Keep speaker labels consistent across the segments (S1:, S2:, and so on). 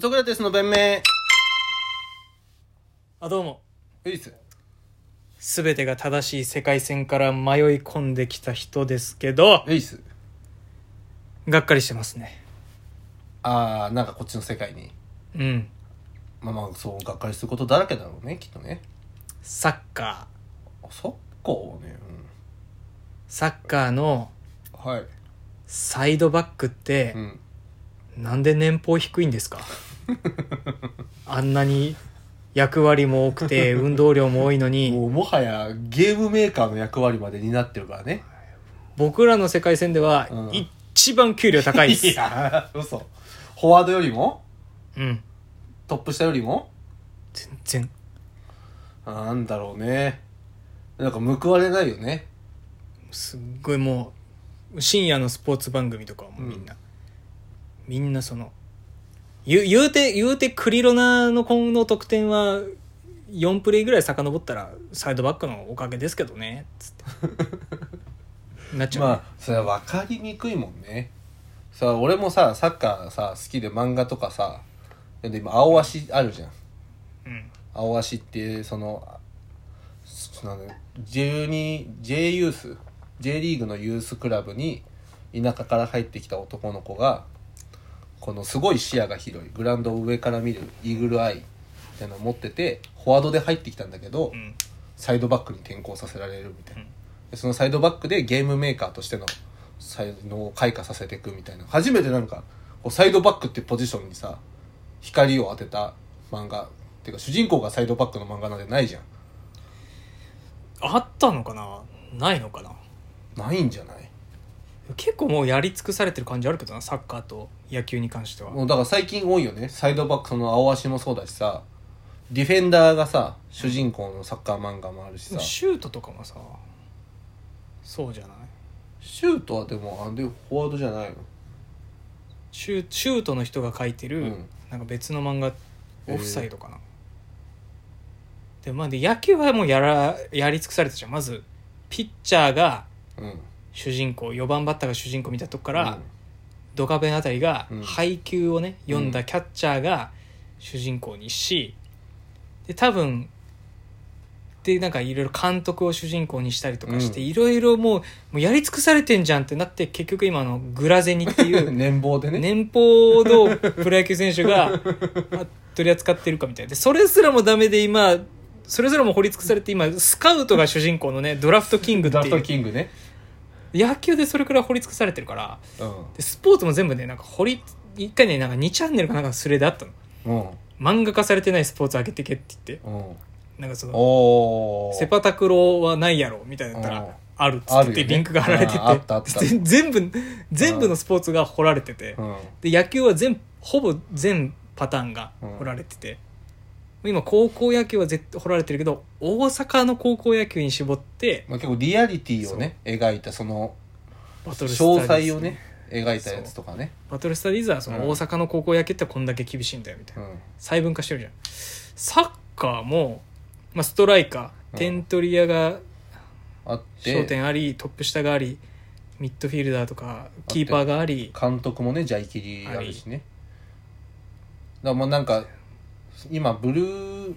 S1: ソクラテスの弁明
S2: あどうも
S1: ウイス
S2: 全てが正しい世界線から迷い込んできた人ですけど
S1: ウイス
S2: がっかりしてますね
S1: ああなんかこっちの世界に
S2: うん
S1: まあまあそうがっかりすることだらけだろうねきっとね
S2: サッカー
S1: あそっかね、
S2: サッカーの
S1: うん、はい
S2: サイドバックって
S1: う、ん
S2: なんで年俸低いんですか あんなに役割も多 くて運動量も多いのに
S1: もうもはやゲームメーカーの役割まで担ってるからね
S2: 僕らの世界線では
S1: うん
S2: 一番給料高いで
S1: い
S2: す、
S1: や嘘フォワードよりも
S2: うん、
S1: トップ下よりも
S2: 全然
S1: なんだろうねなんか報われないよね
S2: すっごいもう深夜のスポーツ番組とかはもうみんな、みんなその言う言うて言うてクリロナの今の得点は4プレーぐらい遡ったらサイドバックのおかげですけどね つってなっちゃう、
S1: まあそれは分かりにくいもんねさあ俺もさサッカーさ好きで漫画とかさで今青足あるじゃん
S2: うん、
S1: 青足ってそのあそなんだ J12 J ユース J リーグのユースクラブに田舎から入ってきた男の子がこのすごい視野が広いグラウンドを上から見るイーグルアイみたいなのを持っててフォワードで入ってきたんだけど、
S2: うん、
S1: サイドバックに転向させられるみたいな、
S2: うん
S1: でそのサイドバックでゲームメーカーとしての才能を開花させていくみたいな初めてなんかこうサイドバックってポジションにさ光を当てた漫画っていうか主人公がサイドバックの漫画なんてないじゃん
S2: あったのかなないのかな
S1: ないんじゃない
S2: 結構もうやり尽くされてる感じあるけどなサッカーと野球に関しては
S1: もうだから最近多いよねサイドバックその青足もそうだしさディフェンダーがさ主人公のサッカー漫画もあるしさ
S2: シュートとかもさそうじゃない
S1: シュートはでもあでフォワードじゃないの
S2: シュシュートの人が書いてる、
S1: うん
S2: なんか別の漫画オフサイドかな、でまあ、で野球はもうやらやり尽くされたじゃんまずピッチャーが
S1: うん
S2: 主人公4番バッターが主人公みたいなとこから、
S1: うん
S2: ドカベンあたりが
S1: うん
S2: 配球をね、読んだキャッチャーが主人公にしで多分でなんかいろいろ監督を主人公にしたりとかし
S1: う
S2: て
S1: ん
S2: いろいろもうもうやり尽くされてんじゃんってなって結局今のグラゼニっていう
S1: 年俸でね
S2: 年俸のプロ野球選手が あ取り扱ってるかみたいなでそれすらもダメで今それぞれも掘り尽くされて今スカウトが主人公のねドラフトキングっ
S1: ダ
S2: て
S1: フ
S2: い
S1: ト
S2: う
S1: キングね
S2: 野球でそれくらい掘り尽くされてるから
S1: う
S2: でスポーツも全部ねなんか掘り一回ねなんか2チャンネルかなんかのスレであったの
S1: んうん
S2: 漫画化されてないスポーツ上げてけって言って
S1: うん
S2: なんかその
S1: おー
S2: セパタクローはないやろみたいなのだった
S1: おー
S2: らあるっつ
S1: あ
S2: っ
S1: るよ
S2: て
S1: ね
S2: リンクが貼られてて、
S1: あーあったあった
S2: 全部全部のスポーツが掘られてて
S1: うん
S2: で野球は全ほぼ全パターンが掘られてて、今高校野球は絶掘られてるけど大阪の高校野球に絞って
S1: まあ、結構リアリティをね描いたその
S2: バトルスタデ
S1: 詳
S2: ィーズ
S1: 細をね描いたやつとかね
S2: バトルスタディーズはその大阪の高校野球ってこんだけ厳しいんだよみたいな
S1: う、ん、
S2: 細分化してるじゃんサッカーも、まあ、ストライカ
S1: う
S2: ー
S1: ん
S2: 点取り屋が
S1: あっ
S2: 焦
S1: て
S2: 点ありトップ下がありミッドフィルダーとかキーパーがあり
S1: 監督もねジャイキリあるしねだからもうなんか今ブルー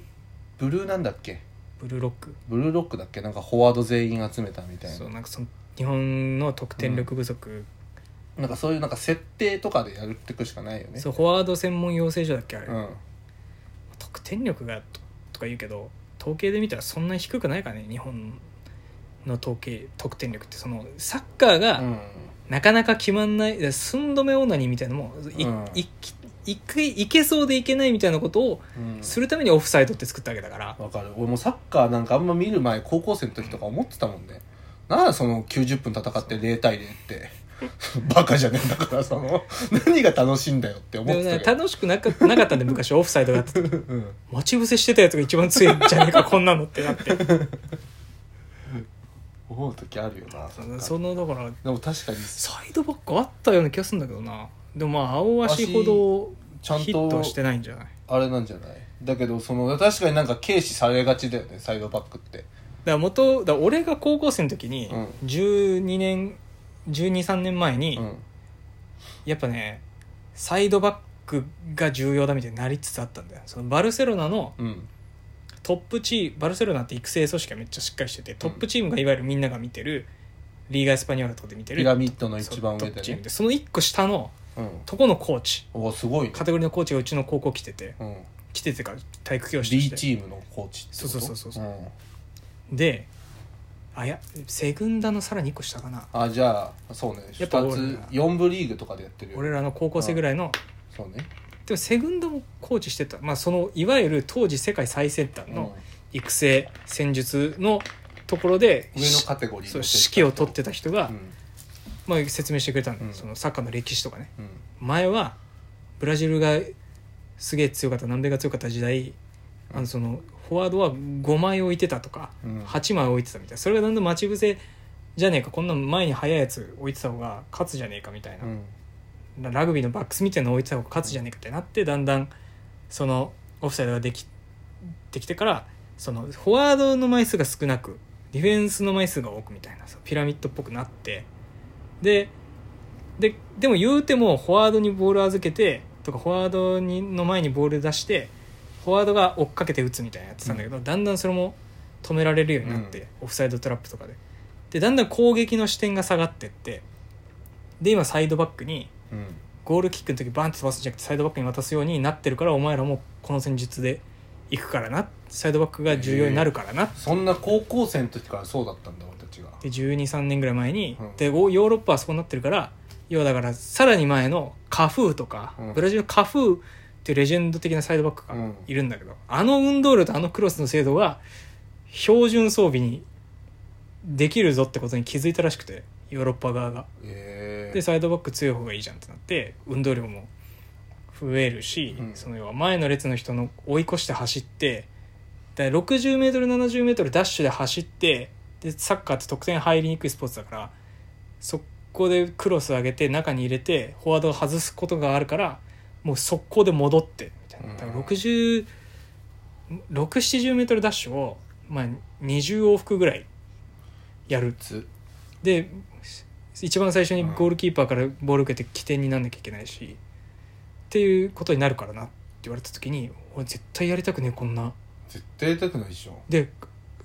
S1: ブルーなんだっけ
S2: ブルーロック
S1: ブルーロックだっけなんかフォワード全員集めたみたい
S2: そう
S1: な
S2: なんかその日本の得点力不足、
S1: なんかそういうなんか設定とかでやるってくしかないよね
S2: そうフォワード専門養成所だっけあれ、
S1: うん
S2: 得点力がととか言うけど統計で見たらそんなに低くないからね日本の統計得点力ってそのサッカーが、
S1: うん
S2: なかなか決まんないだから寸止めオナニーみたいなのもい,、
S1: うん
S2: いきいくいけそうでいけないみたいなことを
S1: うん
S2: するためにオフサイドって作ったわけだから、
S1: わかる俺もサッカーなんかあんま見る前高校生の時とか思ってたもんねなんだその90分戦って0対0って バカじゃねえんだからその何が楽しいんだよって思っ
S2: でも
S1: て
S2: ね
S1: たけど、
S2: 楽しくなか なかったんで昔オフサイドがあった時
S1: うん、
S2: 待ち伏せしてたやつが一番強いんじゃねえかこんなのって なって
S1: 思う時あるよなサッカー
S2: そのだから
S1: でも確かに
S2: サイドバックあったような気がするんだけどなでもまあ青足ほど
S1: ちゃん
S2: ヒットはして
S1: と
S2: ないんじゃないだか
S1: あれなんじゃないだけどその確かになんか軽視されがちだよねサイドバックって
S2: ら元だから俺が高校生の時に
S1: うん
S2: 12年1 2 3年前に、
S1: うん
S2: やっぱねサイドバックが重要だみたいになりつつあったんだよそのバルセロナの
S1: うん
S2: トップチームバルセロナって育成組織がめっちゃしっかりしててトップチームがいわゆるみんなが見てるリーガ・エスパニョーラとかで見てる
S1: ピラミッドの一番
S2: そ
S1: 上
S2: うトップ
S1: で
S2: チーム
S1: ね
S2: でその1個下の
S1: うん
S2: とこのコーチ
S1: おすごいね
S2: カテゴリーのコーチがうちの高校来てて
S1: うん
S2: 来ててから体育教師と
S1: D
S2: して
S1: チームのコーチってこと
S2: そうそうそうそう
S1: うん
S2: であいやセグンダのさらに1個下かな
S1: あじゃあそうね2
S2: やっぱ
S1: つ4部リーグとかでやってるよ
S2: 俺らの高校生ぐらいの
S1: そうね
S2: でもセグンダもコーチしてた、まあ、そのいわゆる当時世界最先端の育成戦術のところで、
S1: うん上のカテゴリー
S2: そう指揮を取ってた人が、
S1: うん
S2: まあ、説明してくれたんだよ、
S1: うん
S2: そのサッカーの歴史とかね
S1: うん
S2: 前はブラジルがすげえ強かった南米が強かった時代あのそのフォワードは5枚置いてたとか、
S1: うん
S2: 8枚置いてたみたいなそれがだんだん待ち伏せじゃねえかこんな前に速いやつ置いてた方が勝つじゃねえかみたいな
S1: う、ん
S2: ラグビーのバックスみたいなの置いてた方が勝つじゃねえかってなってだんだんそのオフサイドができできてからそのフォワードの枚数が少なくディフェンスの枚数が多くみたいなそうピラミッドっぽくなってでででも言うてもフォワードにボール預けてとかフォワードにの前にボール出してフォワードが追っかけて打つみたいなやってたんだけど、だんだんそれも止められるようになって、
S1: うん
S2: オフサイドトラップとかででだんだん攻撃の視点が下がってってで今サイドバックに
S1: うん
S2: ゴールキックの時バンって飛ばすんじゃなくてサイドバックに渡すようになってるからお前らもこの戦術で行くからなサイドバックが重要になるからなっ
S1: そんな高校生の時からそうだったんだ俺たちが
S2: て1 2 3年ぐらい前に、
S1: うん
S2: でおヨーロッパはそうなってるから要はだからさらに前のカフーとか、
S1: うん
S2: ブラジルのカフーっていうレジェンド的なサイドバックが
S1: うん
S2: いるんだけど、あの運動量とあのクロスの精度が標準装備にできるぞってことに気づいたらしくてヨーロッパ側が。
S1: ええ
S2: でサイドバック強い方がいいじゃんってなって運動量も増えるし、
S1: うん
S2: その要は前の列の人の追い越して走って6 0メートル7 0メートルダッシュで走ってでサッカーって得点入りにくいスポーツだからそこでクロス上げて中に入れてフォワードを外すことがあるからもう速攻で戻ってみたいなだから60 6 7 0メートルダッシュを、まあ、20往復ぐらいやる
S1: つ
S2: で一番最初にゴールキーパーからボール受けて起点になんなきゃいけないし、っていうことになるからなって言われた時に俺絶対やりたくねえこんな
S1: 絶対やりたくないでしょ
S2: で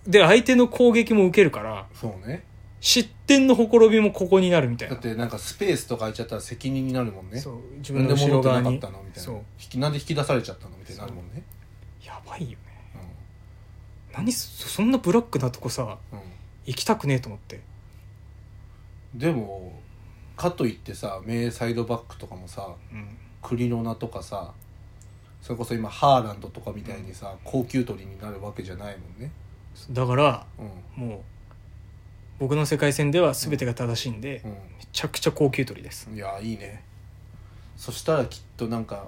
S2: で相手の攻撃も受けるから
S1: そうね
S2: 失点のほころびもここになるみたい
S1: だ
S2: な
S1: ってなんかスペースとか空いちゃったら責任になるもんね
S2: そう自
S1: な
S2: 分
S1: ん
S2: の
S1: で
S2: 後
S1: 戻
S2: ろ
S1: って
S2: 側
S1: なか
S2: に
S1: ったのみたいな
S2: そう
S1: 引きなんで引き出されちゃったのみたいになるもんね
S2: やばいよね
S1: う
S2: 何そそんなブラックなとこさ
S1: ん、うん
S2: 行きたくねえと思って
S1: でもかといってさ名サイドバックとかもさ
S2: うん
S1: クリロナとかさそれこそ今ハーランドとかみたいにさ、高級鳥になるわけじゃないもんね、
S2: だから
S1: う
S2: もう僕の世界線では全てが正しいんで、
S1: ん
S2: めちゃくちゃ高級取りです
S1: うん、いやいいねそしたらきっとなんか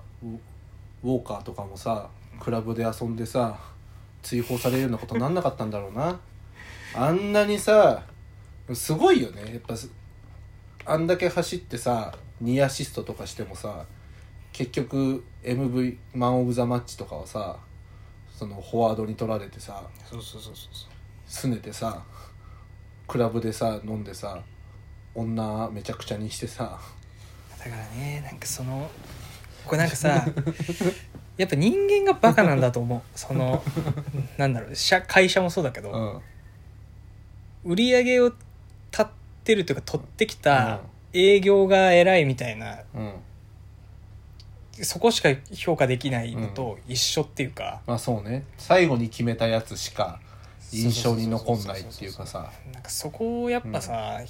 S1: ウウォーカーとかもさクラブで遊んでさ追放されるようなことなんなかったんだろうなあんなにさすごいよねやっぱすあんだけ走ってさ2アシストとかしてもさ結局 MV マン・オブ・ザ・マッチとかはさそのフォワードに取られてさ
S2: そうそうそうそう
S1: 拗ねてさクラブでさ飲んでさ女めちゃくちゃにしてさ
S2: だからねなんかそのこれなんかさ やっぱ人間がバカなんだと思う そのなんだろう社会社もそうだけど、
S1: うん
S2: 売り上げを立ってるというか取ってきた営業が偉いみたいな
S1: うん
S2: そこしか評価できないのと一緒っていうか、
S1: まあそうね最後に決めたやつしか印象に残んないっていうかさ
S2: なんかそこをやっぱさ、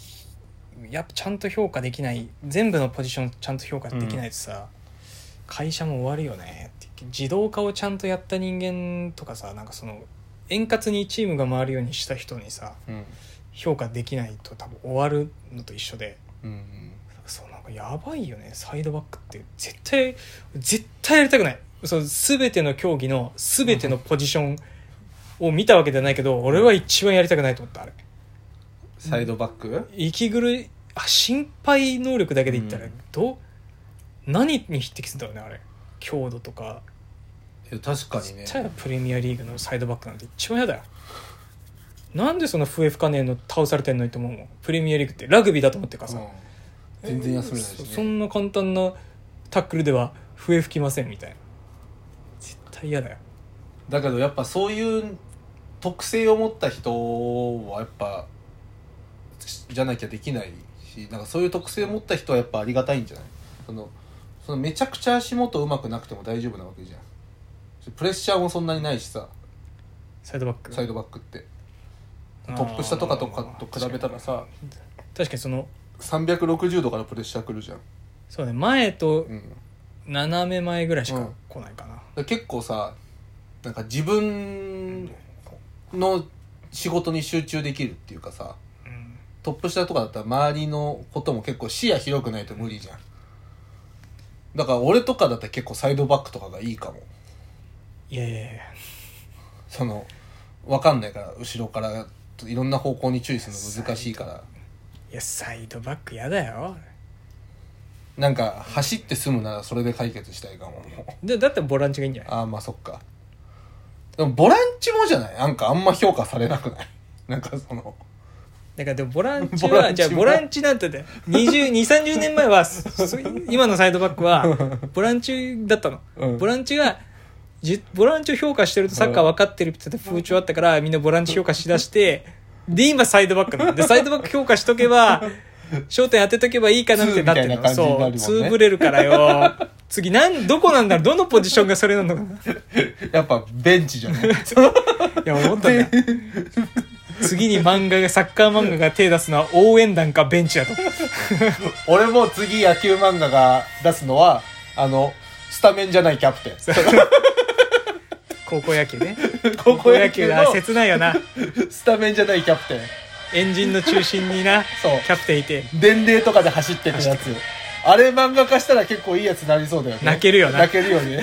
S2: やっぱちゃんと評価できない全部のポジションちゃんと評価できないとさ、会社も終わるよねって自動化をちゃんとやった人間とかさなんかその円滑にチームが回るようにした人にさ
S1: うん
S2: 評価できないと多分終わるのと一緒で
S1: うん
S2: そうなんかやばいよねサイドバックって絶対絶対やりたくないそう全ての競技の全てのポジションを見たわけじゃないけど俺は一番やりたくないと思ったあれ。
S1: サイドバック
S2: 息狂いあ心配能力だけで言ったら
S1: うん
S2: ど、う何に匹敵するんだろうねあれ強度とか
S1: いや確かに
S2: ち
S1: ね
S2: っちゃいプレミアリーグのサイドバックなんて一番嫌だよなんでそんな笛吹かねえの倒されてんのにと思うもんプレミアリーグってラグビーだと思ってるから
S1: う
S2: さ、
S1: ん全然休めない
S2: そ
S1: し
S2: そ
S1: ね
S2: んな簡単なタックルでは笛吹きませんみたいな絶対嫌だよ
S1: だけどやっぱそういう特性を持った人はやっぱしじゃなきゃできないしなんかそういう特性を持った人はやっぱありがたいんじゃないそのそのめちゃくちゃ足元うまくなくても大丈夫なわけじゃんプレッシャーもそんなにないしさ
S2: サイドバック
S1: サイドバックってトップ下とかとかと比べたらさ
S2: 確かにその
S1: 360度からプレッシャーくるじゃん、
S2: そうね前と
S1: うん、だか
S2: 斜め前ぐらいし
S1: う
S2: か
S1: ん
S2: 来ないかな、
S1: ら結構さなんか自分の仕事に集中できるっていうかさ
S2: うん
S1: トップ下とかだったら周りのことも結構視野広くないと無理じゃんだから俺とかだったら結構サイドバックとかがいいかも
S2: いやいやいや
S1: その分かんないから後ろからいろんな方向に注意するの難しいから
S2: いやサイドバック嫌だよ
S1: なんか走って済むならそれで解決したいかももう
S2: でだったらボランチがいいんじゃない
S1: ああまあそっかでもボランチもじゃないなんかあんま評価されなくない なんかその
S2: だからでもボランチ
S1: ボラ
S2: は
S1: ンチ
S2: じゃあ
S1: も
S2: ボランチなんてね20 20 30年前はそそ今のサイドバックはボランチだったの、
S1: うん
S2: ボランチがじボランチを評価してるとサッカー分かってるって風潮あったからみんなボランチ評価しだしてで今サイドバックなのでサイドバック評価しとけば焦点当てとけばいいかなみたいになってるの
S1: ツーみたいな感じになるもんね
S2: そう潰れるからよ次なんどこなんだろうどのポジションがそれなのかな
S1: やっぱベンチじゃ ない
S2: いや思ったんだ次に漫画がサッカー漫画が手出すのは応援団かベンチだと
S1: 俺も次野球漫画が出すのはあのスタメンじゃないキャプテン
S2: 高校野球ね
S1: 高校野球の
S2: だ切ないよな
S1: スタメンじゃないキャプテン
S2: エンジンの中心にな
S1: そう
S2: キャプテンいて
S1: 伝令とかで走ってるやつあれ漫画化したら結構いいやつになりそうだよね
S2: 泣けるよな
S1: 泣けるよね